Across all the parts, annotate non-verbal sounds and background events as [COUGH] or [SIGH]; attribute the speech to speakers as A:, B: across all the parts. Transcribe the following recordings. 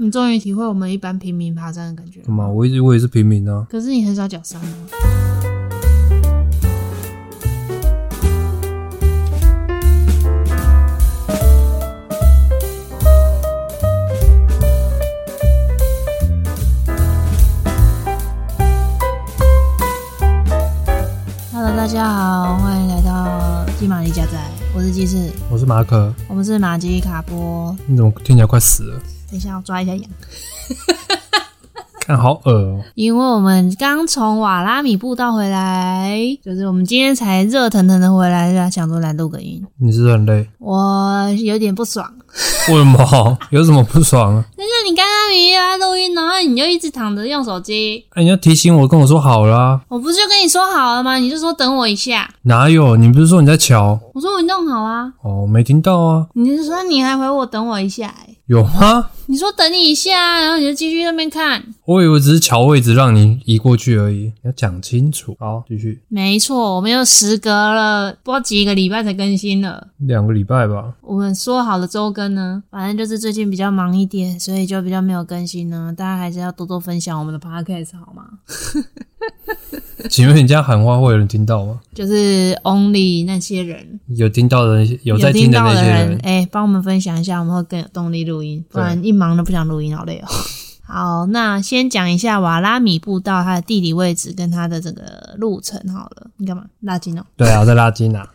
A: 你终于体会我们一般平民爬山的感觉了
B: 干嘛？我一直我也是平民啊，
A: 可是你很少脚伤啊。Hello，大家好，欢迎来到金玛丽家宅，我是鸡翅，
B: 我是马可。
A: 我们是马吉卡波。
B: 你怎么听起来快死了？
A: 等一下，我抓一下痒。
B: 看好恶哦、
A: 因为我们刚从瓦拉米步道回来，就是我们今天才热腾腾的回来，就想说来录个音。
B: 你是不是很累？
A: 我有点不爽，
B: 为什么？ [LAUGHS] 有什么不爽啊？
A: 但是你刚刚明明要录音，然后你就一直躺着用手机，
B: 哎、你要提醒我，跟我说好啦。
A: 我不是就跟你说好了吗？你就说等我一下，
B: 哪有？你不是说你在瞧？
A: 我说我弄好啊，
B: 哦，我没听到啊。
A: 你是说你还回我等我一下、欸？
B: 有吗？
A: 你说等你一下啊，然后你就继续在那边看。
B: 我以为只是瞧位置让你移过去而已。你要讲清楚。好，继续。
A: 没错，我们又时隔了不知道几个礼拜才更新了。
B: 两个礼拜吧。
A: 我们说好的周更呢，反正就是最近比较忙一点，所以就比较没有更新呢。大家还是要多多分享我们的 podcast 好吗？
B: 请问你这样喊话会有人听到吗？
A: 就是 only 那些人
B: 有听到的那些，有在
A: 听
B: 听的
A: 到
B: 那些
A: 人
B: 人，，
A: 哎、帮我们分享一下，我们会更有动力录音。不然一忙都不想录音，好累哦。 [LAUGHS] 好，那先讲一下瓦拉米步道它的地理位置跟它的这个路程好了。你干嘛拉筋哦？
B: 对啊，我在拉筋啊。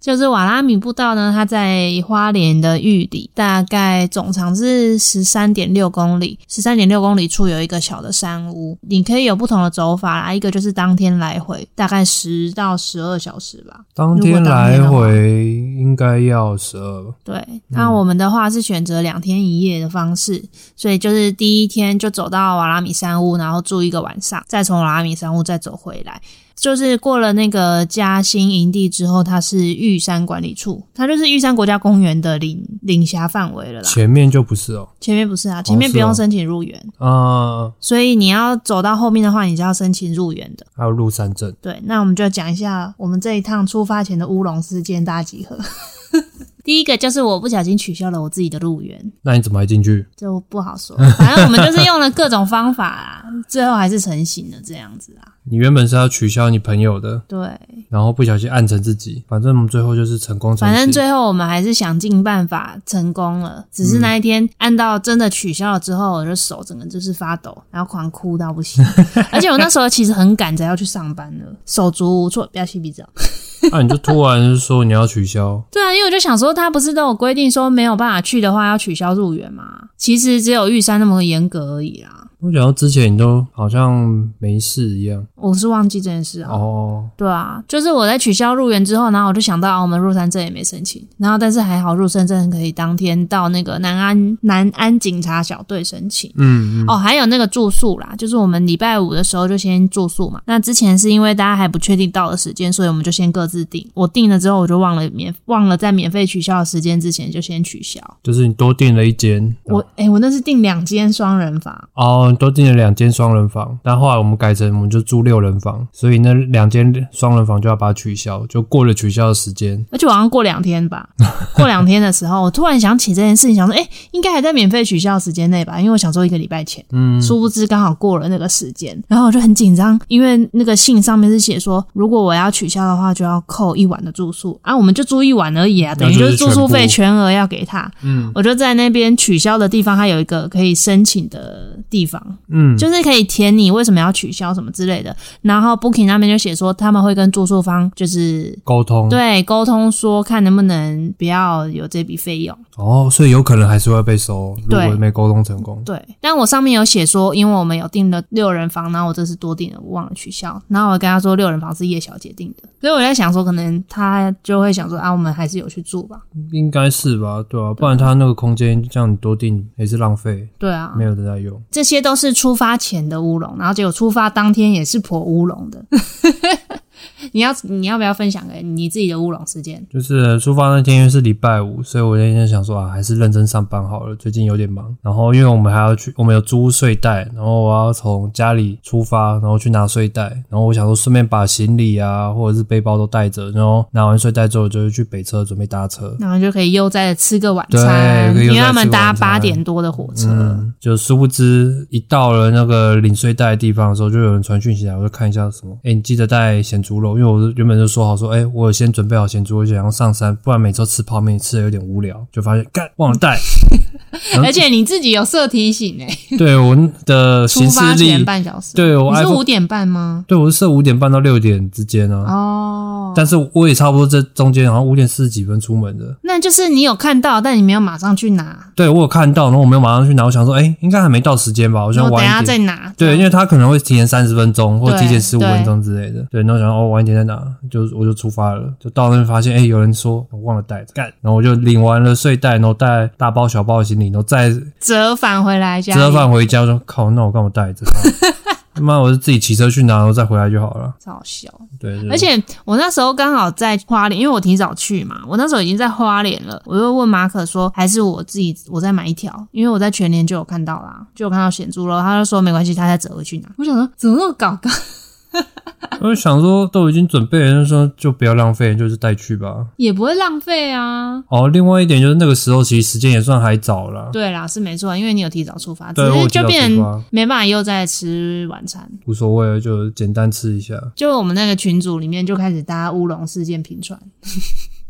A: 就是瓦拉米步道呢，它在花莲的玉里，大概总长是十三点六公里。十三点六公里处有一个小的山屋，你可以有不同的走法啦。一个就是当天来回，大概十到十二小时吧。
B: 当天来回应该要十二，
A: 对，那我们的话是选择两天一夜的方式，所以就是第一天就走到瓦拉米山屋，然后住一个晚上，再从瓦拉米山屋再走回来。就是过了那个嘉兴营地之后，它是玉山管理处，它就是玉山国家公园的领领辖范围了啦。
B: 前面就不是哦。
A: 前面不是啊，前面
B: 是哦
A: 不用申请入园，
B: 啊、
A: 所以你要走到后面的话，你就要申请入园的。
B: 还有鹿山镇。
A: 对，那我们就讲一下我们这一趟出发前的乌龙事件大集合。 [LAUGHS] 第一个就是我不小心取消了我自己的入园，
B: 那你怎么还进去？
A: 就不好说。反正我们就是用了各种方法啦，最后还是成型了这样子啊。
B: 你原本是要取消你朋友的，
A: 对，
B: 然后不小心按成自己，反正我们最后就是成功成
A: 反正
B: 型
A: 最后我们还是想尽办法成功了。只是那一天按到真的取消了之后，我就手整个就是发抖，然后狂哭到不
B: [LAUGHS]
A: 行。而且我那时候其实很赶着要去上班了，手足无措，不要吸鼻子哦。，
B: 那、啊你就突然说你要取消
A: 对啊，因为我就想说，他不是都有规定说没有办法去的话要取消入园吗？其实只有玉山那么严格而已啦。
B: 我想到之前你都好像没事一样。
A: 我是忘记这件事啊。
B: 哦，
A: 对啊，就是我在取消入园之后，然后我就想到、啊我们入山证也没申请，然后但是还好入山证可以当天到那个南安南安警察小队申请。
B: 嗯，
A: 哦，还有那个住宿啦，就是我们礼拜五的时候就先住宿嘛。那之前是因为大家还不确定到的时间，所以我们就先各自订。我订了之后，我就忘了免忘了在免费取消的时间之前就先取消。
B: 就是你多订了一间，
A: 我哎、我那是订两间双人房，
B: 哦，多订了两间双人房，但后来我们改成我们就住六人房，所以那两间双人房就要把它取消，就过了取消的时间。
A: 而且我好像过两天
B: [LAUGHS]
A: 吧，过两天的时候，我突然想起这件事情，想说哎、诶应该还在免费取消时间内吧，因为我想说一个礼拜前，
B: 嗯，
A: 殊不知刚好过了那个时间，然后我就很紧张，因为那个信上面是写说，如果我要取消的话，就要扣一晚的住宿啊，我们就住一晚而已啊，等于
B: 那就
A: 就是是住宿费
B: 全
A: 全额要给他。
B: 嗯
A: 我就在那边取消的地方，它有一个可以申请的地方，
B: 嗯，
A: 就是可以填你为什么要取消什么之类的。然后 Booking 那边就写说，他们会跟住宿方就是
B: 沟通。
A: 对，沟通说看能不能不要有这笔费用。
B: 哦，所以有可能还是会被收，如
A: 对
B: 果没沟通成功。
A: 对，但我上面有写说，因为我们有订了六人房，然后我这次多订了，我忘了取消。然后我跟他说六人房是叶小姐订的，所以我在想说，可能他就会想说啊，我们还是有去住吧。
B: 应该是吧，对啊，不然他那个空间这样你多订也是浪费，
A: 对啊
B: 没，有人在用。
A: 这些都是出发前的乌龙，然后结果出发当天也是颇乌龙的。 [LAUGHS] 你要你要不要分享给你自己的乌龙事件？
B: 就是出发那天因为是礼拜五，所以我那天想说啊，还是认真上班好了，最近有点忙。然后因为我们还要去，我们有租睡袋，然后我要从家里出发，然后去拿睡袋，然后我想说顺便把行李啊或者是背包都带着，然后拿完睡袋之后就是去北车准备搭车。
A: 然后就可以悠哉的吃个晚
B: 对
A: 餐，
B: 可以悠哉地
A: 因为他们
B: 吃晚
A: 搭
B: 餐
A: 八点多的火车，
B: 嗯，就殊不知一到了那个领睡袋的地方的时候，就有人传讯息来，我就看一下什么，哎、你记得带咸猪肉，因为我是原本就说好说，哎、我有先准备好咸猪肉，想要上山，不然每周吃泡面吃的有点无聊，就发现干忘了带。嗯
A: 而且你自己有设提醒哎、
B: 对我的
A: 出
B: 行事
A: 发前
B: 历，
A: 半小时，
B: 对我
A: 你是
B: iPhone，
A: 五点半吗？
B: 对我是设五点半到六点之间啊，
A: 哦，
B: 但是我也差不多这中间，好像五点四十几分出门的。
A: 那就是你有看到，但你没有马上去拿，
B: 对我有看到，然后我没有马上去拿，我想说，哎、应该还没到时间吧，我
A: 然
B: 想
A: 后等
B: 晚一
A: 下
B: 点。
A: 再拿。
B: 对，因
A: 为
B: 为他可能会提前三十分钟或者
A: 嗯对
B: 提前十五分钟之类的。对，然后想哦，晚一点再拿，就我就出发了，就到那边发现，哎、有人说我忘了带，干，然后我就领完了睡袋，然后带大包小包的行李，然后再
A: 折返回来家里，
B: 折返回家，我说靠，那我干嘛带
A: [LAUGHS]
B: 这个？他妈，我是自己骑车去拿，然后再回来就好了。
A: 超好笑。
B: 对，对
A: 而且我那时候刚好在花莲，因为我提早去嘛，我那时候已经在花莲了。我就问马可说，还是我自己我再买一条，因为我在全年就有看到啦，就有看到显猪肉，他就说没关系，他再折回去拿。我想说怎么那么搞刚
B: 我就想说，都已经准备了，那时候就不要浪费，就是带去吧。
A: 也不会浪费啊。
B: 哦，另外一点就是那个时候其实时间也算还早啦。
A: 对啦，是没错，因为你有提早出发，只
B: 对我
A: 是
B: 有提
A: 就
B: 早
A: 变
B: 出发
A: 成没办法又在吃晚餐。
B: 无所谓了，就简单吃一下。
A: 就我们那个群组里面就开始搭乌龙事件频传。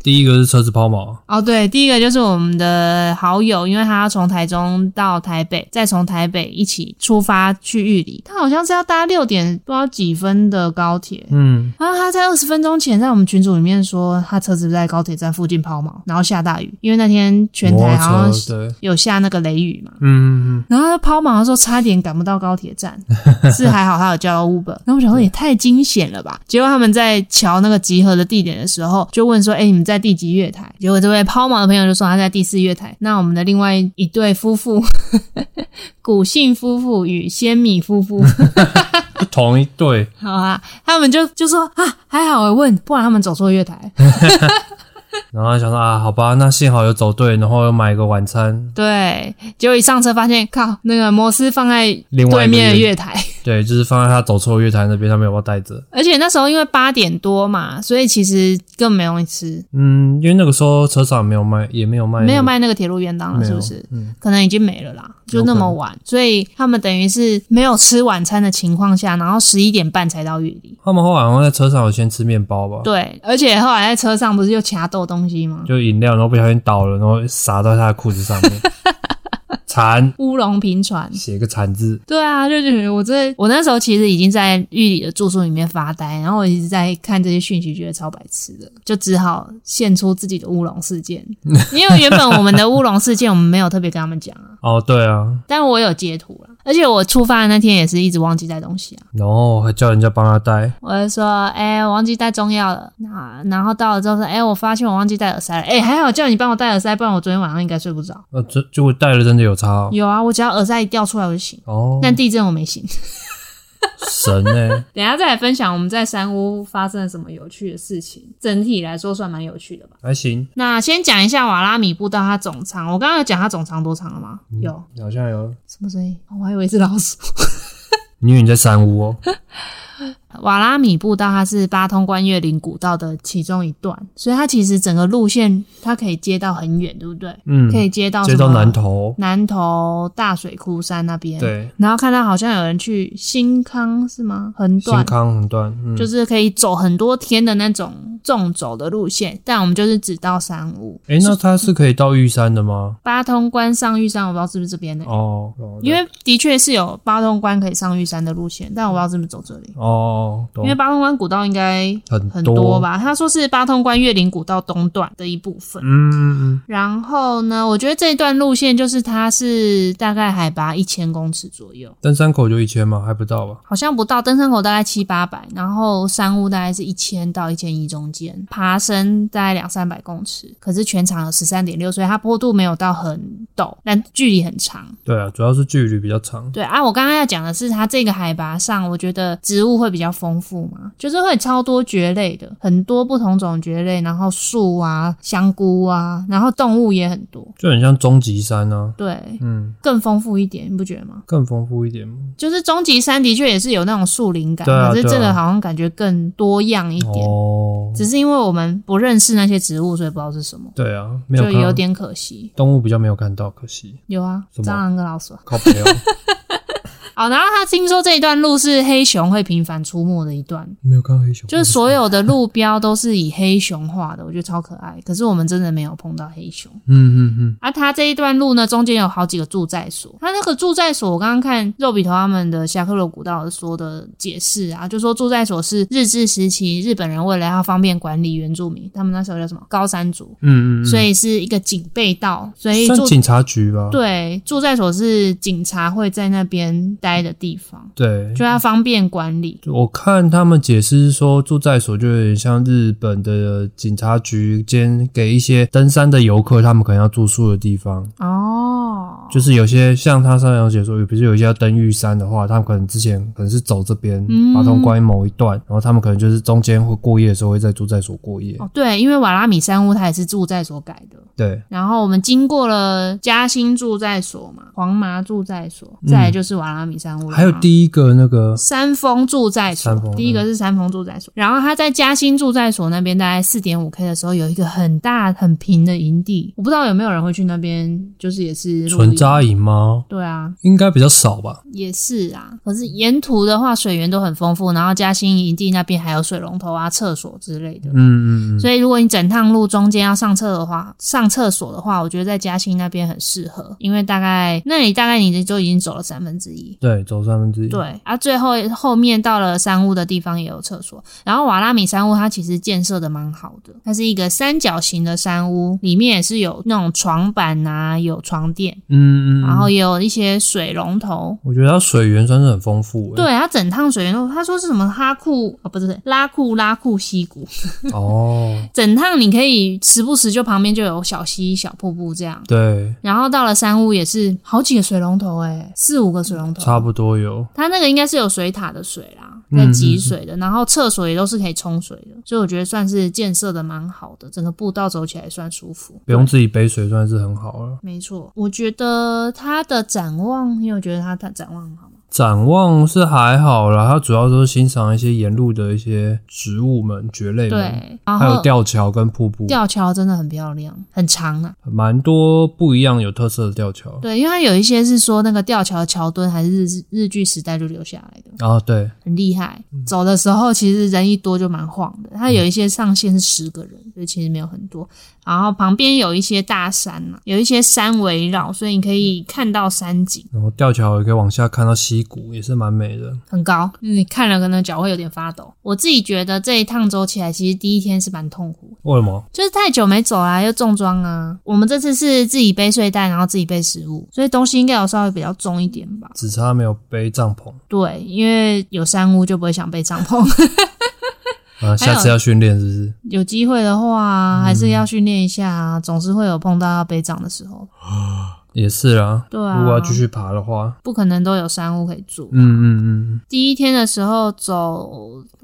B: 第一个是车子抛锚，
A: 哦，对，第一个就是我们的好友，因为他要从台中到台北，再从台北一起出发去玉里，他好像是要搭六点不知道几分的高铁。
B: 嗯，
A: 然后他在二十分钟前在我们群组里面说，他车子在高铁站附近抛锚，然后下大雨，因为那天全
B: 摩
A: 台
B: 托
A: 好像
B: 车
A: 是
B: 对，
A: 有下那个雷雨嘛。
B: 嗯，嗯嗯
A: 然后他抛锚的时候差点赶不到高铁站， [LAUGHS] 是还好他有叫到 Uber。然后我想说也太惊险了吧！结果他们在瞧那个集合的地点的时候，就问说：“哎、你们在第几月台？”结果这位抛锚的朋友就说他在第四月台。那我们的另外一对夫妇， [LAUGHS] 古姓夫妇与仙米夫妇， [LAUGHS]
B: 不同一对，
A: 好啊，他们就就说啊，还好我问，不然他们走错月台。
B: 然后想说啊，好吧，那幸好有走对，然后又买个晚餐，
A: 对，结果一上车发现，靠，那个摩斯放在
B: 另外
A: 对
B: 一个
A: 面的月台。
B: 对，就是放在他走错月台那边，他没有把我带着。
A: 而且那时候因为八点多嘛，所以其实更没容易吃，
B: 嗯，因为那个时候车上没有卖，也没有卖那个，
A: 没有卖那个铁路便当了，
B: 哎没
A: 是
B: 有
A: 不是？
B: 嗯
A: 可能已经没了啦，就那么晚，所以他们等于是没有吃晚餐的情况下，然后十一点半才到玉里。
B: 他们后来好像在车上有先吃面包吧，
A: 对，而且后来在车上不是又卡豆东西吗？
B: 哦就饮料，然后不小心倒了，然后洒到他的裤子上
A: [LAUGHS]
B: 面，惨，
A: 乌龙频传。
B: 写个惨字。
A: 对啊，就觉得我这我那时候其实已经在玉里的住宿里面发呆，然后我一直在看这些讯息，觉得超白痴的，就只好献出自己的乌龙事
B: [LAUGHS]
A: 件。因为原本我们的乌龙事件，我们没有特别跟他们讲啊，
B: 哦，对啊，
A: 但我有截图了，而且我出发的那天也是一直忘记带东西啊。
B: 然后还叫人家帮他带，
A: 我就说，哎、我忘记带中药了。那然后到了之后说，哎、我发现我忘记带耳塞了。哎、还好叫你帮我带耳塞，不然我昨天晚上应该睡不着。
B: 呃，这结果带了真的有差哦，
A: 有啊，我只要耳塞一掉出来我就醒。
B: 哦
A: 但地震我没醒。
B: 神欸呢、
A: 等一下再来分享我们在山屋发生了什么有趣的事情。整体来说算蛮有趣的吧。
B: 还行，
A: 那先讲一下瓦拉米步道它总长，我刚刚有讲它总长多长了吗？
B: 嗯
A: 有
B: 好像有，
A: 什么声音？哦我还以为是老鼠。
B: 因为你在山屋哦，
A: 瓦拉米步道它是八通关越岭古道的其中一段，所以它其实整个路线它可以接到很远，对不对？
B: 嗯，
A: 可以接到
B: 接
A: 什
B: 到
A: 么
B: 南头，
A: 南投大水库山那边。。
B: 对，
A: 然后看到好像有人去新康是吗？横
B: 新
A: 断。
B: 康横断，嗯，
A: 就是可以走很多天的那种纵走的路线，但我们就是只到山屋
B: 诶，那它是可以到玉山的吗？
A: 八通关上玉山，我不知道是不是这边的、
B: 哦，哦
A: 因为的确是有八通关可以上玉山的路线，但我不知道是不是走这里，
B: 哦，懂
A: 因为八通关古道应该
B: 很
A: 很多？吧。他说是八通关越岭古道东段的一部分。
B: 嗯嗯嗯，
A: 然后呢，我觉得这一段路线就是它是大概海拔一千公尺左右，
B: 登山口就一千嘛，还不到吧？
A: 好像不到登山口大概七八百，然后山屋大概是一千到一千一中间，爬升大概两三百公尺，可是全长有十三点六，所以它坡度没有到很陡，但距离很长。
B: 对啊，主要是距离比较长，
A: 对啊，我刚刚要讲的是它这个海拔上，我觉得植物会比较丰富吗？就是会超多蕨类的，很多不同种蕨类，然后树啊、香菇啊，然后动物也很多。
B: 就很像终极山啊，
A: 对，
B: 嗯，
A: 更丰富一点，你不觉得吗？
B: 更丰富一点嘛。
A: 就是终极山的确也是有那种树林感，
B: 对啊
A: 可是
B: 对啊
A: 这个好像感觉更多样一点。
B: 哦，
A: 只是因为我们不认识那些植物，所以不知道是什么，
B: 对啊，没有
A: 就
B: 看
A: 有
B: 到
A: 点可惜。
B: 动物比较没有看到，可惜
A: 有啊，
B: 什么
A: 蟑螂跟老鼠啊。
B: 靠哦朋友。
A: 好，然后他听说这一段路是黑熊会频繁出没的一段，
B: [LAUGHS] 没有看到黑熊，
A: 就是所有的路标都是以黑熊画的，我觉得超可爱。可是我们真的没有碰到黑熊。
B: 嗯嗯嗯，
A: 啊，它这一段路呢，中间有好几个住宅所。它那个住宅所，我刚刚看肉笔头他们的侠客罗古道说的解释啊，就说住宅所是日治时期日本人为了要方便管理原住民，他们那时候叫什么高山族，
B: 嗯嗯嗯，
A: 所以是一个警备道，所以
B: 算
A: 住
B: 警察局吧？
A: 对住宅所是警察会在那边待的地方，
B: 对
A: 就要方便管理。
B: 我看他们解释说，住在所就有点像日本的警察局兼给一些登山的游客，他们可能要住宿的地方。
A: 哦，
B: 就是有些像他上面有解说，比如有一些要登玉山的话，他们可能之前可能是走这边
A: 嗯
B: 八通关某一段，然后他们可能就是中间会过夜的时候会在住在所过夜。
A: 哦，对，因为瓦拉米山屋它也是住宅所改的。
B: 对，
A: 然后我们经过了嘉兴住宅所嘛，黄麻住宅所，再来就是瓦拉米山屋了嘛、
B: 嗯还有第一个那个
A: 三峰住宅所
B: 三，峰
A: 第一个是三峰住宅所。然后他在嘉兴住宅所那边，大概四点五 K 的时候，有一个很大很平的营地，我不知道有没有人会去那边，就是也是露
B: 纯
A: 营
B: 扎营吗？
A: 对啊，
B: 应该比较少吧。
A: 也是啊。可是沿途的话，水源都很丰富，然后嘉兴营地那边还有水龙头啊、厕所之类的。
B: 嗯嗯嗯，
A: 所以，如果你整趟路中间要上厕的话，上厕所的话，我觉得在嘉兴那边很适合，因为大概那里大概你就已经走了三分之一。
B: 对，走三分之一。
A: 对啊，最后后面到了山屋的地方也有厕所，然后瓦拉米山屋它其实建设的蛮好的，它是一个三角形的山屋，里面也是有那种床板啊，有床垫，
B: 嗯嗯，嗯
A: 然后也有一些水龙头，
B: 我觉得它水源算是很丰富、欸。
A: 对，它整趟水源都，他说是什么哈库啊、不是拉库拉库溪谷，
B: 哦，
A: 整趟你可以时不时就旁边就有小溪、小瀑布这样。
B: 对，
A: 然后到了山屋也是好几个水龙头、欸，诶四五个水龙头，
B: 差不多嗯有。
A: 它那个应该是有水塔的水啦，嗯在集水的，然后厕所也都是可以冲水的，所以我觉得算是建设的蛮好的，整个步道走起来算舒服。
B: 不用自己背水算是很好了。
A: 没错，我觉得它的展望，你有觉得它的展望很好吗？
B: 展望是还好啦，它主要都是欣赏一些沿路的一些植物们、蕨类们，
A: 对，然
B: 还有
A: 后
B: 吊桥跟瀑布，
A: 吊桥真的很漂亮，很长啊。
B: 蛮多不一样有特色的吊桥。
A: 对，因为它有一些是说那个吊桥的桥墩还是日日据时代就留下来的，
B: 啊，对，
A: 很厉害。走的时候其实人一多就蛮晃的，它有一些上限是十个人，所以其实没有很多。然后旁边有一些大山嘛、有一些山围绕，所以你可以看到山景，
B: 然后吊桥也可以往下看到溪谷，也是蛮美的。
A: 很高，你看了可能脚会有点发抖。我自己觉得这一趟走起来，其实第一天是蛮痛苦的。
B: 为什么？
A: 就是太久没走啦、又重装啊。我们这次是自己背睡袋，然后自己背食物，所以东西应该有稍微比较重一点吧。
B: 只差没有背帐篷
A: 对，因为有山屋就不会想背帐篷。
B: 啊，下次要训练是不是？
A: 有机会的
B: 嗯
A: 话，啊还是要训练一下啊，总是会有碰到要背杖的时候。
B: 也是啦，
A: 对啊，
B: 如果要继续爬的话，
A: 不可能都有山屋可以住。
B: 嗯嗯嗯，
A: 第一天的时候走，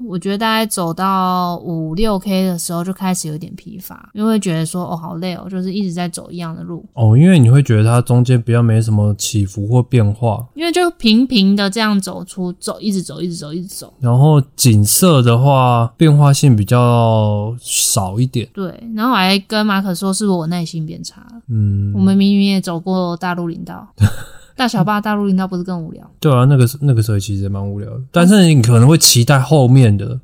A: 我觉得大概走到五六 K 的时候就开始有点疲乏，因为觉得说哦好累哦，就是一直在走一样的路，
B: 哦，因为你会觉得它中间比较没什么起伏或变化，
A: 因为就平平的这样走出，走一直走，一直走，一直走。
B: 然后景色的话，变化性比较少一点。
A: 对，然后我还跟马可说，是我耐心变差了。
B: 嗯
A: 我，们明明也走过大陆林
B: [LAUGHS]
A: 道，大小坝大陆林道不是更无聊？
B: 对啊，那个那个时候其实也蛮无聊的，但是你可能会期待后面的。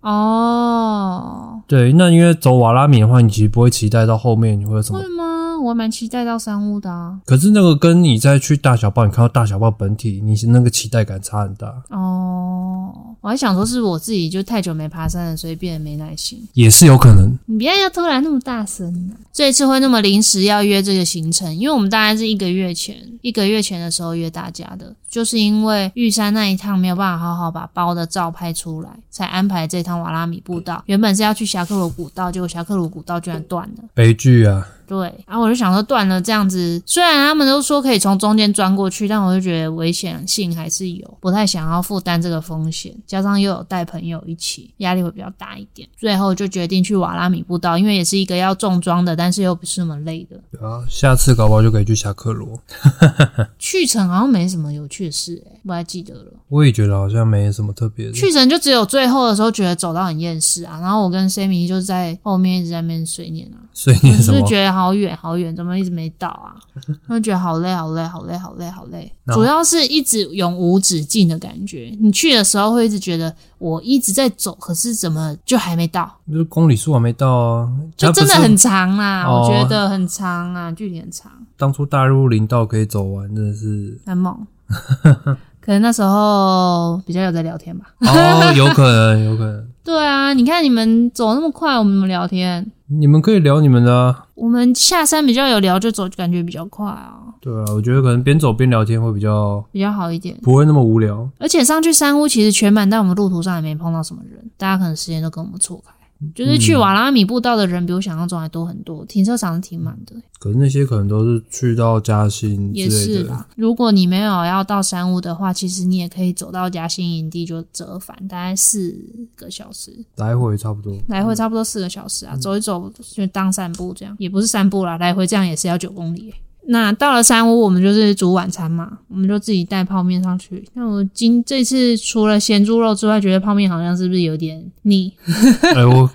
A: 哦，
B: 对，那因为走瓦拉米的话，你其实不会期待到后面你会有什么
A: 会。吗？我还蛮期待到山屋的啊。
B: 可是那个跟你再去大小报，你看到大小报本体，你是那个期待感差很大，
A: 哦，我还想说是我自己就太久没爬山了，所以变得没耐心。
B: 也是有可能。
A: 你不要要突然那么大声、啊。这一次会那么临时要约这个行程，因为我们大概是一个月前，一个月前的时候约大家的，就是因为玉山那一趟没有办法好好把包的照拍出来，才安排这趟瓦拉米步道。原本是要去侠客鲁古道，结果侠客鲁古道居然断了。
B: 悲剧啊，
A: 对，然后我就想说断了这样子，虽然他们都说可以从中间钻过去，但我就觉得危险性还是有，不太想要负担这个风险，加上又有带朋友一起，压力会比较大一点。最后就决定去瓦拉米步道，因为也是一个要重装的，但是又不是那么累的。
B: 对啊，下次搞不好就可以去侠客罗。
A: 去程好像没什么有趣的事、欸，不太记得了。
B: 我也觉得好像没什么特别的。
A: 去程就只有最后的时候觉得走到很厌世啊，然后我跟 Sammy 就在后面一直在那边碎念啊，
B: 所以
A: 我
B: [LAUGHS] 念
A: 是
B: 什
A: 不是
B: 么？
A: 觉得好远好远，怎么一直没到
B: [LAUGHS]
A: 啊？就觉得好累好累好累好累好累，
B: 然后
A: 主要是一直永无止境的感觉。你去的时候会一直觉得我一直在走，可是怎么就还没到？
B: 就是公里数还没到啊，
A: 就
B: 它
A: 真的
B: 不是
A: 很长啊，
B: 哦
A: 我觉得很长啊，距离很长，
B: 当初大陆林道可以走完，真的是
A: 很
B: [LAUGHS]
A: 猛。可能那时候比较有在聊天吧。
B: 哦，有可能，有可能。
A: 对啊，你看你们走那么快，我们怎么聊天？
B: 你们可以聊你们的、啊，
A: 我们下山比较有聊，就走感觉比较快啊，
B: 对啊，我觉得可能边走边聊天会比较
A: 比较好一点。
B: 不会那么无聊。
A: 而且上去山屋其实全满，但我们路途上也没碰到什么人，大家可能时间都跟我们错开。
B: 嗯
A: 就是去瓦拉米步道的人比我想象中还多很多，停车场是挺满的，
B: 可是那些可能都是去到嘉兴嗯之
A: 也
B: 类
A: 是
B: 的，
A: 啦。如果你没有要到山屋的话，其实你也可以走到嘉兴营地就折返，大概四个小时，
B: 来回差
A: [LAUGHS]
B: 不多。
A: 来回差不多四个小时
B: 嗯
A: 啊，走一走就当散步这样，也不是散步啦，来回这样也是要九公里耶。那到了山屋，我们就是煮晚餐嘛，我们就自己带泡面上去。那我今这次除了咸猪肉之外，觉得泡面好像是不是有点腻？
B: 哎，我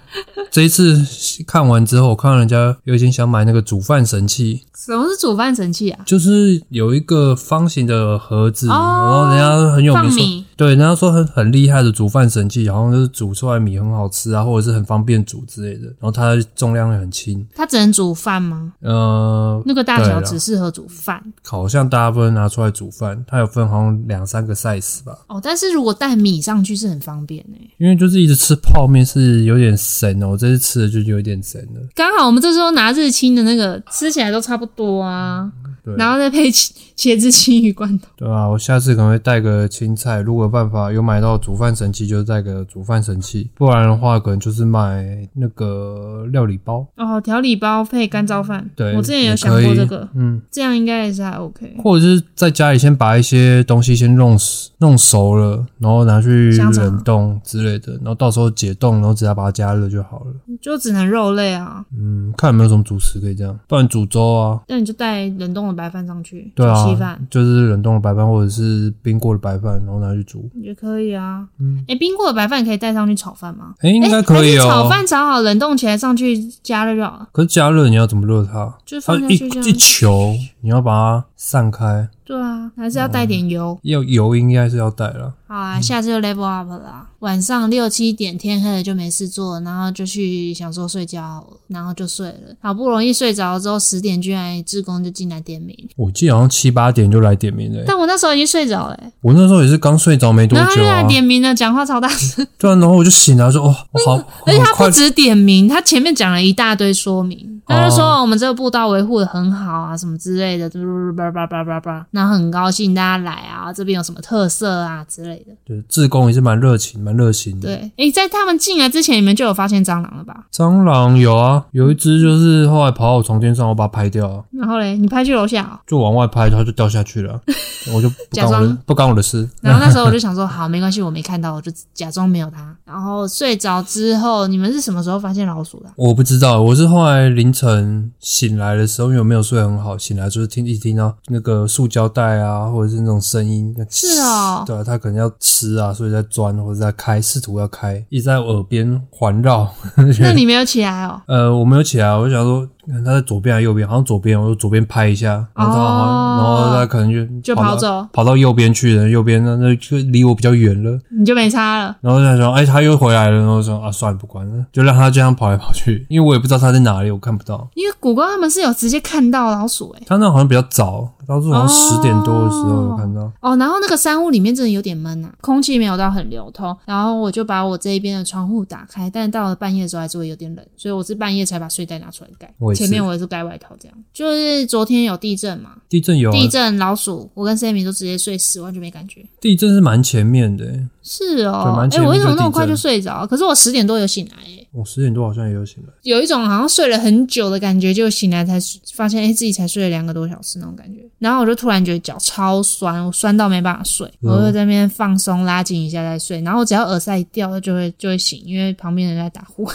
B: 这一次看完之后，我看到人家有一点想买那个煮饭神器，
A: 什么是煮饭神器啊？
B: 就是有一个方形的盒子，
A: 哦
B: 然后人家很有
A: 放
B: 名说，
A: 米
B: 对，人家说很很厉害的煮饭神器，好像就是煮出来米很好吃啊，或者是很方便煮之类的，然后它重量也很轻，
A: 它只能煮饭吗？
B: 呃，
A: 那个大小
B: 对啦
A: 只适合煮饭
B: 好像大部分拿出来煮饭，它有分好像两三个 size 吧，
A: 哦，但是如果带米上去是很方便诶、
B: 因为就是一直吃泡面是有点神哦，我这次吃的就有点神了，
A: 刚好我们这时候拿日清的那个，吃起来都差不多啊，
B: 对，
A: 然后再配茄茄子青鱼罐头。
B: 对啊，我下次可能会带个青菜，如果有办法有买到煮饭神器，就带个煮饭神器，不然的话可能就是买那个料理包，
A: 哦，调理包配干燥饭，
B: 嗯对
A: 我之前
B: 也
A: 有想
B: 可
A: 过
B: 以
A: 这个，
B: 嗯，
A: 这样应该也是还 OK。
B: 或者是在家里先把一些东西先弄熟弄熟了，然后拿去
A: 香肠
B: 冷冻之类的，然后到时候解冻，然后直接把它加热就好了。
A: 就只能肉类啊，
B: 嗯，看有没有什么主食可以这样，不然煮粥啊，
A: 那你就带冷冻的白饭上去，
B: 对
A: 煮稀
B: 啊
A: 饭，
B: 就是冷冻的白饭或者是冰过的白饭，然后拿去煮。
A: 也可以啊。嗯，哎、冰过的白饭可以带上去炒饭吗？
B: 哎、应该
A: 诶
B: 可以
A: 还是
B: 哦、
A: 炒饭炒好冷冻起来上去加热就好了，
B: 可是加热你要怎么热它？
A: 就
B: 它
A: 放下
B: 呃一
A: 去这
B: 一
A: 样。
B: 球，你要把它散开，
A: 对啊，还是要带点油。
B: 要油应该是要带了。
A: 好啊，下次就 level up 了啦。晚上六七点天黑了就没事做，然后就去想说睡觉好了，然后就睡了。好不容易睡着了之后，十点居然志工就进来点名，
B: 我记得好像七八点就来点名了欸、
A: 但我那时候已经睡着了、欸
B: 我那时候也是刚睡着没多
A: 然后他
B: 久
A: 就来
B: 啊，
A: 点名了，讲话超大声，
B: 对啊，然后我就醒来说哦，我好，
A: 而且
B: 我
A: 他
B: 快哦
A: 不止点名，他前面讲了一大堆说明，他就说、哦我们这个步道维护的很好啊，什么之类的，叭叭叭叭叭，然后很高兴大家来啊，这边有什么特色啊之类的。
B: 对，志工也是蛮热情，蛮热情的。
A: 对，诶，在他们进来之前，你们就有发现蟑螂了吧？
B: 蟑螂有啊，有一只就是后来爬到我床垫上，我把它拍掉啊，
A: 然后嘞，你拍去楼下、哦，
B: 就往外拍，它就掉下去了啊，我就不干
A: [LAUGHS] 假
B: 我的
A: 装
B: 不干我的事。
A: 然后那时候我就想说，好，没关系，我没看到，我就假装没有它。然后睡着之后，你们是什么时候发现老鼠的啊、
B: 我不知道，我是后来凌晨醒来的时候，因为我没有睡很好，醒来就是听一听到那个塑胶袋啊，或者是那种声音，
A: 是哦
B: 对啊，它可能要吃啊，所以在钻或者在开，试图要开，一直在我耳边环绕。
A: 那你没有起来哦？
B: 呃，我没有起来，我就想说，看它在左边还是右边？好像左边，我就左边拍一下，然后它好像，然后它可能
A: 哦就
B: 就
A: 跑
B: 跑到
A: 走，
B: 跑到右边去了，右边那那就离我比较远了。
A: 你就没差了。
B: 然后就想说，哎、它又回来了，然后说啊，算了，不管了，就让它这样跑来跑去，因为我也不知道它在哪里，我看不到。
A: 因为谷歌他们是有直接看到老鼠欸诶、
B: 他那好像比较早，当时好像十点多的时候有看到。
A: 哦，然后那个山屋里面真的有点闷啊，空气没有到很流通，然后我就把我这一边的窗户打开，但到了半夜的时候还是会有点冷，所以我是半夜才把睡袋拿出来盖
B: 我。也是
A: 前面我也是盖外套这样。就是昨天有地震嘛，
B: 地震有、啊，
A: 地震老鼠，我跟 Sammy 都直接睡死，完全没感觉。
B: 地震是蛮前面的欸、
A: 是
B: 对
A: 哦
B: 蛮，
A: 哎、
B: 前面
A: 我为什
B: 就
A: 么
B: 地
A: 那么快
B: 震
A: 啊就睡着？可是我十点多有醒来、欸，
B: 我哦十点多好像也有醒来，
A: 有一种好像睡了很久的感觉，就醒来才发现，哎、自己才睡了两个多小时那种感觉。然后我就突然觉得脚超酸，我酸到没办法睡，
B: 嗯
A: 我就在那边放松拉紧一下再睡。然后只要耳塞一掉，它就会就会醒，因为旁边人在打呼，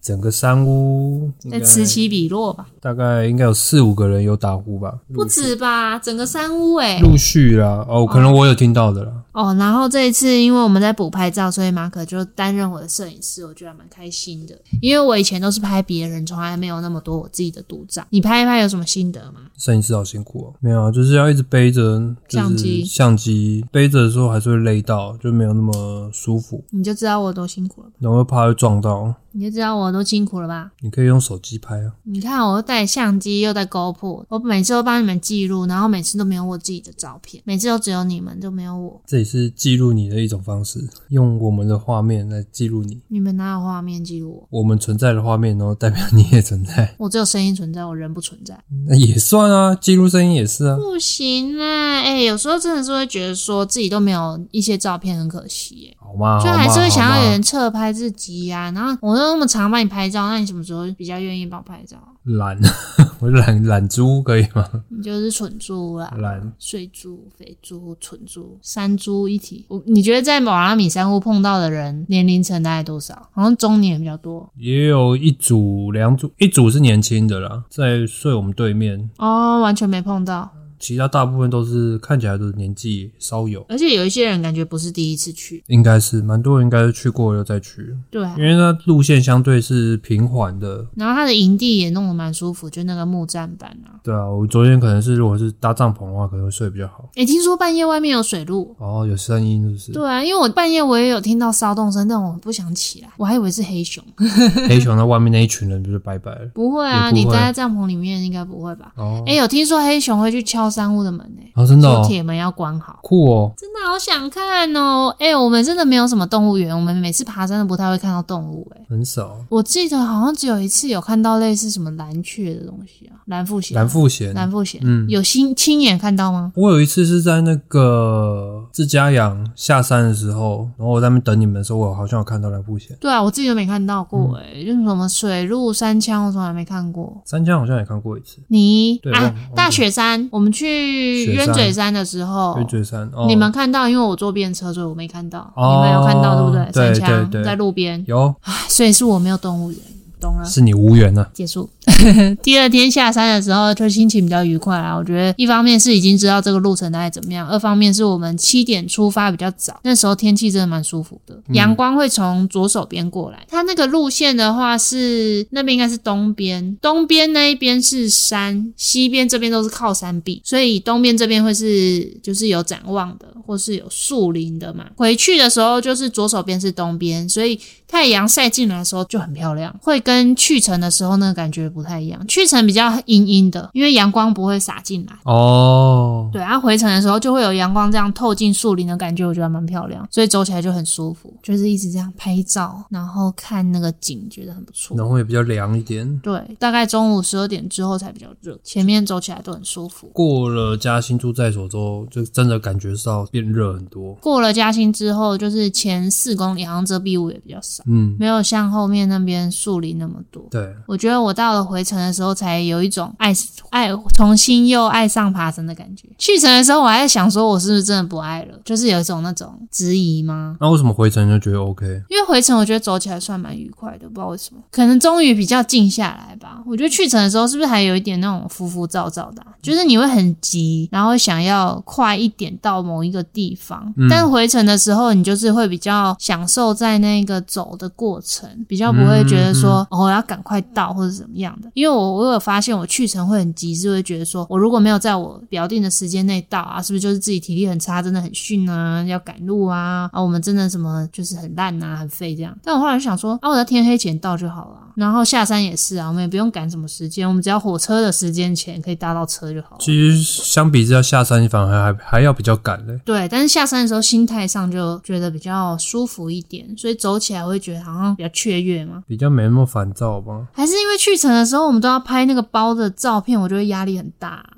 B: 整个山屋应
A: 在
B: 该嗯
A: 此起彼落吧，
B: 大概应该有四五个人有打呼吧，
A: 不止吧，整个山屋哎、
B: 陆续啦，哦，可能我有听到的啦。
A: 哦，然后这一次因为我们在补拍照，所以马可就担任我的摄影师，我觉得还蛮开心的。因为我以前都是拍别人，从来没有那么多我自己的独照。你拍一拍有什么心得吗？
B: 摄影师好辛苦哦、没有啊，就是要一直背着，就
A: 相
B: 是
A: 机
B: 相机背着的时候还是会累到，就没有那么舒服，
A: 你就知道我多辛苦了吧？
B: 然后又怕会撞到。
A: 你就知道我多辛苦了吧？
B: 你可以用手机拍啊，
A: 你看，我又带相机，又带 GoPro，我每次都帮你们记录，然后每次都没有我自己的照片，每次都只有你们，都没有我。
B: 这也是记录你的一种方式，用我们的画面来记录你，
A: 你们哪有画面记录我？
B: 我们存在的画面，然后代表你也存在，
A: 我只有声音存在，我人不存在，
B: 那也算啊，记录声音也是啊。
A: 不行啊！哎、有时候真的是会觉得说自己都没有一些照片，很可惜耶、
B: 好
A: [LAUGHS]
B: 嘛，
A: 就
B: 好嘛
A: 还是会想要有
B: 好
A: 人侧拍自己呀、然后我都那么常帮你拍照，那你什么时候比较愿意帮我拍照？
B: 嘛懒， [LAUGHS] 我懒懒猪可以吗？
A: 你就是蠢猪啦，
B: 懒
A: 睡猪、肥猪、蠢猪、山猪一体。我你觉得在瓦拉米山屋碰到的人年龄层大概多少？好像中年比较多
B: 也有一组、两组，一组是年轻的啦，在睡我们对面，
A: 哦，完全没碰到。
B: 其他大部分都是看起来都是年纪稍有，
A: 而且有一些人感觉不是第一次去，
B: 应该是蛮多人应该是去过又再去，
A: 对啊
B: 因。为那路线相对是平缓的。
A: 然后他的营地也弄得蛮舒服，就那个木栈板啊。
B: 对啊，我昨天可能是如果是搭帐篷的话，可能会睡比较好。
A: 诶，听说半夜外面有水路，
B: 哦，有声音是不是？
A: 对啊，因为我半夜我也有听到骚动声，但我不想起来，我还以为是黑熊。 [LAUGHS]
B: 黑熊在外面那一群人就是拜拜了。
A: 不会啊，
B: 也不会
A: 你待在帐篷里面应该不会吧？
B: 哦，
A: 哎、有听说黑熊会去敲山屋的门呢、
B: 啊，真的
A: 说
B: 哦，
A: 铁门要关好。
B: 酷哦，
A: 真的好想看哦！哎、我们真的没有什么动物园，我们每次爬山都不太会看到动物、哎，
B: 很少。
A: 我记得好像只有一次有看到类似什么蓝雀的东西啊，蓝腹鹇。
B: 蓝腹鹇，
A: 蓝腹鹇，
B: 嗯
A: 有亲亲眼看到吗？
B: 我有一次是在那个自家养下山的时候，然后我在那边等你们的时候，我好像有看到蓝腹鹇，
A: 对啊，我自己都没看到过、
B: 嗯
A: 哎、就是什么水陆山枪，我从来没看过。
B: 三江好像也看过一次，
A: 你
B: 对忘
A: 啊
B: 忘记，了
A: 大雪山，我们去
B: 雪
A: 鸢
B: 山
A: 嘴山的时候，
B: 对，嘴山。哦、
A: 你们看到，因为我坐便车，所以我没看到。
B: 哦
A: 你们有看到对不对？三
B: 对
A: 枪
B: 对对
A: 在路边，
B: 有
A: 唉所以是我没有动物园，懂了。
B: 是你无缘呐、啊，
A: 结束。 [LAUGHS] 第二天下山的时候，就心情比较愉快啦。我觉得一方面是已经知道这个路程大概怎么样，二方面是我们七点出发比较早，那时候天气真的蛮舒服的，阳光会从左手边过来。它那个路线的话是那边应该是东边，东边那一边是山，西边这边都是靠山壁，所以东边这边会是就是有展望的，或是有树林的嘛。回去的时候就是左手边是东边，所以太阳晒进来的时候就很漂亮，会跟去程的时候那个感觉不太一样。去程比较阴阴的，因为阳光不会洒进来。
B: 哦，
A: 对，然、啊后回程的时候就会有阳光这样透进树林的感觉，我觉得还蛮漂亮，所以走起来就很舒服，就是一直这样拍照，然后看那个景，觉得很不错。
B: 然后也比较凉一点。
A: 对，大概中午十二点之后才比较热，前面走起来都很舒服。
B: 过了嘉兴住在所之后，就真的感觉到变热很多。
A: 过了嘉兴之后，就是前四公里好像遮蔽物也比较少，
B: 嗯，
A: 没有像后面那边树林那么多。
B: 对，
A: 我觉得我到了回程的时候，才有一种爱爱重新又爱上爬山的感觉。去程的时候，我还在想说，我是不是真的不爱了？就是有一种那种质疑吗？
B: 那为什么回程就觉得 OK？
A: 因为回程我觉得走起来算蛮愉快的，不知道为什么，可能终于比较静下来吧。我觉得去程的时候是不是还有一点那种浮浮躁躁的啊、就是你会很急，然后想要快一点到某一个地方。但回程的时候，你就是会比较享受在那个走的过程，比较不会觉得说、哦我要赶快到或者怎么样的。因为我我有发现我去程会很急，是会觉得说我如果没有在我表定的时间内到啊，是不是就是自己体力很差，真的很逊啊，要赶路啊啊，我们真的什么就是很烂啊，很废这样。但我后来就想说啊，我在天黑前到就好了。啊然后下山也是啊，我们也不用赶什么时间，我们只要火车的时间前可以搭到车就好了。
B: 其实相比之下，下山反而还还要比较赶嘞。
A: 对，但是下山的时候心态上就觉得比较舒服一点，所以走起来会觉得好像比较雀跃嘛。
B: 比较没那么烦躁吧。
A: 还是因为去程的时候我们都要拍那个包的照片，我就会压力很大啊、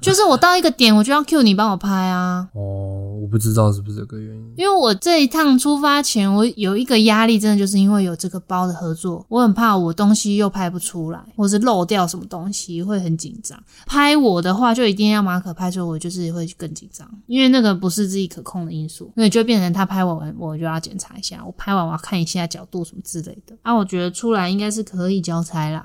A: 就是我到一个点，我就要 Q 你帮我拍啊。
B: 哦，我不知道是不是这个原因。
A: 因为我这一趟出发前，我有一个压力，真的就是因为有这个包的合作，我很怕我东西又拍不出来，或是漏掉什么东西，会很紧张。拍我的话，就一定要马可拍，所以我就是会更紧张，因为那个不是自己可控的因素，那就变成他拍我完，我就要检查一下，我拍完我要看一下角度什么之类的。 [LAUGHS] 啊，我觉得出来应该是可以交差啦。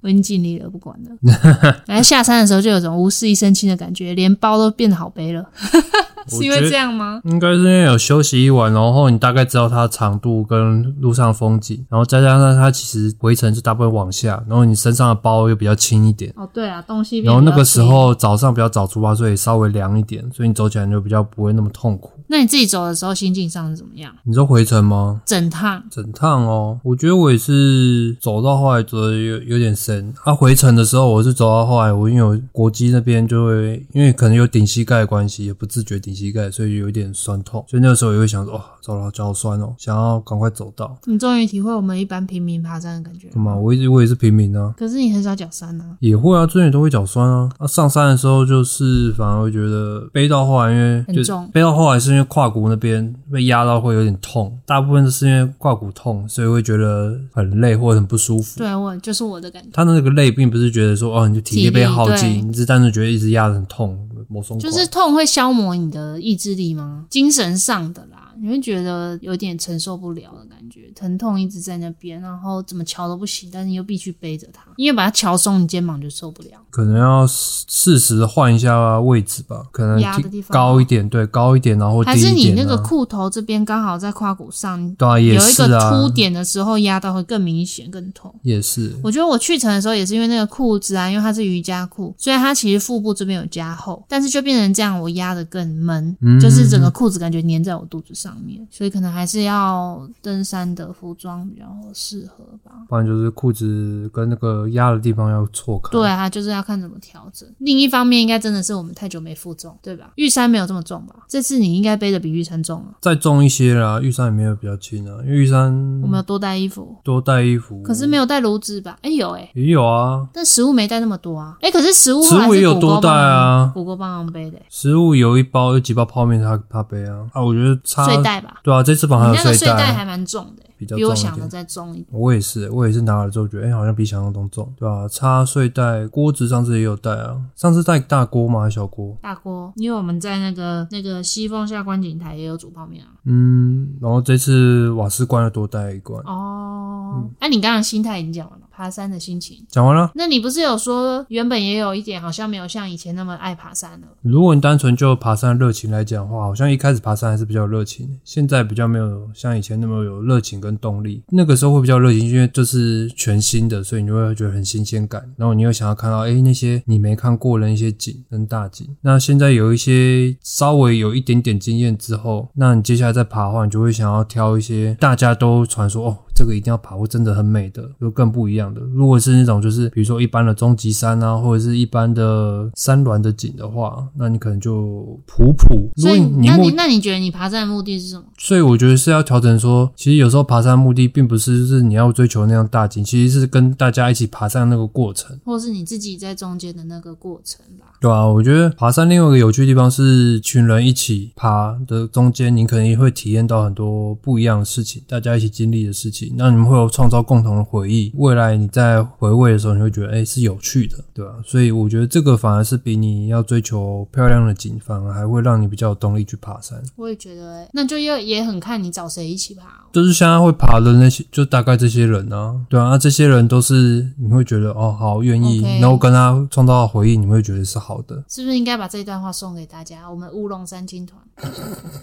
A: 我已经尽力了，不管 [LAUGHS] 了。然后下山的时候就有种无事一身轻的感觉，连包都变得好背了， [LAUGHS] 是因为这样吗？
B: 应该是因为有休息一晚，然后你大概知道它的长度跟路上风景，然后再加上它其实回程就大部分往下，然后你身上的包又比较轻一点，
A: 哦，对啊，东西变
B: 然后
A: 比
B: 那
A: 较
B: 个时
A: 轻
B: 候早上比较早出发，所以稍微凉一点，所以你走起来就比较不会那么痛苦。
A: 那你自己走的时候心境上是怎么样？
B: 你说回程吗？
A: 整趟
B: 整趟哦，我觉得我也是走到后来走的有有点深。啊，回程的时候我是走到后来，我因为我国际那边就会，因为可能有顶膝盖的关系，也不自觉顶膝盖，所以有一点酸痛。所以那个时候也会想说，哦，走了脚好酸哦，想要赶快走到。
A: 你终于体会我们一般平民爬山的感觉。
B: 干嘛？我一直我也是平民啊，
A: 可是你很少脚山啊，
B: 也会啊，之前都会脚酸啊。啊，上山的时候就是反而会觉得背到后来，因为
A: 很
B: 就
A: 重
B: 背到后来是因为胯骨那边被压到会有点痛，大部分都是因为胯骨痛，所以会觉得很累或者很不舒服。
A: 对啊我就是我的感觉，
B: 他的那个累，并不是觉得说哦，你就体力被耗
A: 体力对
B: 尽，你只是单纯觉得一直压得很痛，某松垮
A: 就是痛会消磨你的意志力吗？精神上的啦，你会觉得有点承受不了的感觉，疼痛一直在那边，然后怎么瞧都不行，但是你又必须背着它，因为把它瞧松，你肩膀就受不了。
B: 可能要适时地换一下位置吧，可能
A: 压的
B: 提
A: 地方
B: 高一点，对，高一点，然后低
A: 还是
B: 一
A: 你那
B: 点、
A: 个
B: 啊。
A: 裤头这边刚好在胯骨上，
B: 对啊，也
A: 有一
B: 是
A: 个
B: 啊，
A: 凸点的时候压到会更明显、更痛。
B: 也是。
A: 我觉得我去成的时候也是因为那个裤子啊，因为它是瑜伽裤，所以它其实腹部这边有加厚，但是就变成这样，我压得更闷，
B: 嗯
A: 就是整个裤子感觉粘在我肚子上面，所以可能还是要登山的服装比较适合吧。
B: 不然就是裤子跟那个压的地方要错开。
A: 对啊，就是要看怎么调整。另一方面，应该真的是我们太久没负重，对吧？玉山没有这么重吧？这次你应该背的比玉山重了。
B: 再重一些啦，玉山也没有比较轻啊，因为玉山
A: 我们有多带衣服，
B: 多带衣服，
A: 可是没有带炉子吧？哎、有哎、
B: 也有啊，
A: 但食物没带那么多啊。哎、可是食物
B: 食
A: 后
B: 物
A: 来是
B: 也有
A: 谷歌
B: 多
A: 帮
B: 带
A: 忙
B: 啊
A: 谷歌帮忙背的、欸
B: 食物有一包有几包泡面他他背啊啊，我觉得差
A: 睡袋吧。
B: 对啊，这次绑还有
A: 你那个睡袋
B: 袋，
A: 还蛮重的欸、
B: 比较
A: 比我
B: 重一
A: 想的
B: 点
A: 再重一点。
B: 我也是，我也是拿了之后觉得，哎、好像比想象中重，对吧、插睡袋，锅子上次也有带啊，上次带大锅吗？还是小锅？
A: 大锅，因为我们在那个那个西风下观景台也有煮泡面啊。
B: 嗯，然后这次瓦斯罐要多带一罐。
A: 哦，那、你刚刚心态已经讲完了，爬山的心情。
B: 讲完了。
A: 那你不是有说原本也有一点好像没有像以前那么爱爬山了？
B: 如果你单纯就爬山的热情来讲的话，好像一开始爬山还是比较有热情，现在比较没有像以前那么有热情跟动力。那个时候会比较热情，因为这是全新的，所以你会觉得很新鲜感，然后你又想要看到哎诶那些你没看过的一些景跟大景。那现在有一些稍微有一点点经验之后，那你接下来再爬的话，你就会想要挑一些大家都传说哦，这个一定要爬过，真的很美的，就更不一样的。如果是那种就是比如说一般的终极山啊，或者是一般的山峦的景的话，那你可能就普普。如
A: 所
B: 果
A: 以
B: 你
A: 那
B: 目
A: 你那你觉得你爬山的目的是什么？
B: 所以我觉得是要调整说，其实有时候爬山的目的并不是就是你要追求那样大景，其实是跟大家一起爬山的那个过程。
A: 或是你自己在中间的那个过程吧？
B: 对啊，我觉得爬山另外一个有趣的地方是，群人一起爬的中间，你可能也会体验到很多不一样的事情，大家一起经历的事情，那你们会有创造共同的回忆。未来你在回味的时候，你会觉得哎是有趣的，对吧、所以我觉得这个反而是比你要追求漂亮的景，反而还会让你比较有动力去爬山。
A: 我也觉得、欸，那就要也很看你找谁一起爬、哦。
B: 就是现在会爬的那些，就大概这些人啊，对啊，那这些人都是你会觉得哦好愿意
A: OK
B: 然后跟他创造的回忆，你会觉得是好的。
A: 是不是应该把这段话送给大家？我们乌龙三青团 [LAUGHS]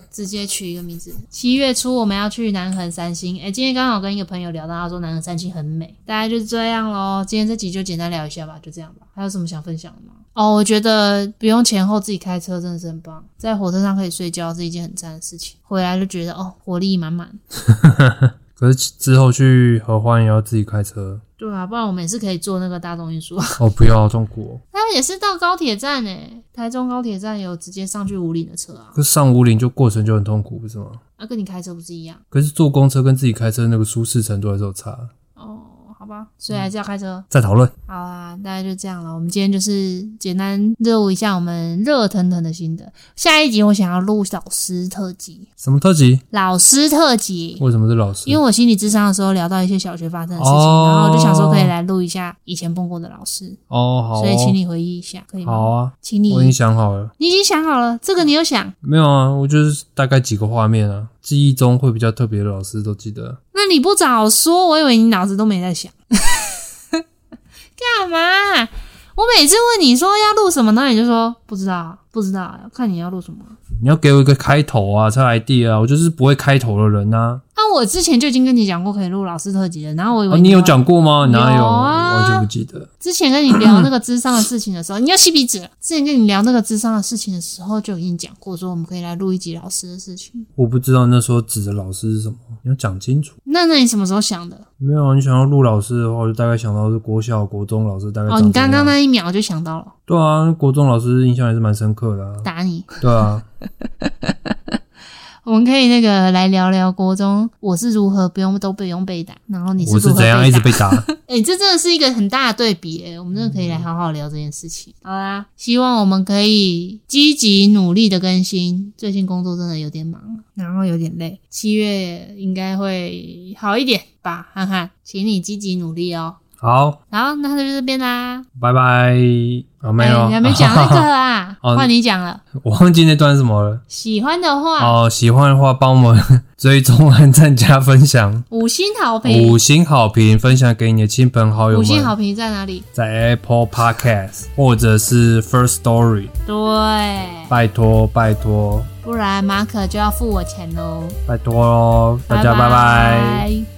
A: 直接取一个名字。七月初我们要去南横三星，哎、今天刚好跟一个朋友聊到，他说南横三星很美，大概就是这样喽。今天这集就简单聊一下吧，就这样吧。还有什么想分享的吗？哦，我觉得不用前后自己开车真的是很棒，在火车上可以睡觉是一件很赞的事情，回来就觉得哦活力满满。
B: 可是之后去合欢也要自己开车
A: 对啊，不然我们也是可以坐那个大众运输。啊
B: 哦，不要痛苦、
A: [LAUGHS] 他们也是到高铁站诶，台中高铁站有直接上去五岭的车啊
B: 哦。，可是上五岭就过程就很痛苦，不是吗？
A: 那、跟你开车不是一样？
B: 可是坐公车跟自己开车那个舒适程度还是有差。
A: 哦，好好吧，所以还是要开车。
B: 再讨论。
A: 好啦，大概就这样了。我们今天就是简单热舞一下我们热腾腾的心得。下一集我想要录老师特辑，
B: 什么特辑？
A: 老师特辑，
B: 为什么是老师？
A: 因为我心理智商的时候聊到一些小学发生的事情，
B: 哦
A: 然后我就想说可以来录一下以前碰过的老师，
B: 哦，好哦
A: 所以请你回忆一下，可以吗？
B: 好啊，
A: 请你，
B: 我已经想好了。
A: 你已经想好了，这个你有想，
B: 没有啊，我就是大概几个画面啊，记忆中会比较特别的老师都记得。
A: 那你不早说，我以为你脑子都没在想， [LAUGHS] 干嘛？我每次问你说要录什么，然后你就说不知道，不知道，看你要录什么。
B: 你要给我一个开头啊，才有 idea 啊，我就是不会开头的人啊。
A: 那我之前就已经跟你讲过可以录老师特辑了，然后我以
B: 啊，
A: 为
B: 你有
A: 要
B: 讲过吗？哪有？
A: 有啊
B: 我完全不记得。
A: 之前跟你聊那个智商的事情的时候，你要吸鼻子了。之前跟你聊那个智商的事情的时候，就已经讲过说我们可以来录一集老师的事情。
B: 我不知道那时候指的老师是什么，你要讲清楚。
A: 那那你什么时候想的？
B: 没有啊，你想要录老师的话，我就大概想到是国小、国中老师大概
A: 哦，
B: 长怎样。
A: 你刚刚那一秒就想到了，
B: 对啊，国中老师印象还是蛮深
A: [LAUGHS]
B: 刻的啊。
A: 打你。
B: 对啊，
A: 我们可以那个来聊聊国中我是如何不用都不用被打，然后你
B: 我
A: 如
B: 是
A: 何
B: 怎样一
A: 被
B: 直
A: 打。
B: 被打？
A: 哎、这真的是一个很大的对比、欸，我们真的可以来好好聊这件事情。好啦，希望我们可以积极努力的更新。最近工作真的有点忙，然后有点累，七月应该会好一点吧，憨憨，请你积极努力哦。
B: 好，
A: 好，那就这边啦。
B: 拜拜。啊，没有，
A: 哎你还没讲那个啦，
B: 哦
A: 换你讲了。
B: [LAUGHS] 我忘记那段是什么了。
A: 喜欢的话，
B: 哦，喜欢的话帮我们追踪、按赞、加分享，
A: 五星好评，
B: 五星好评，分享给你的亲朋好友
A: 五星好
B: 们。
A: 评在哪里？
B: 在 Apple Podcast 或者是 First Story，
A: 对，
B: 拜托拜托
A: 不然马可就要付我钱喽。
B: 拜托喽，大家拜拜
A: 拜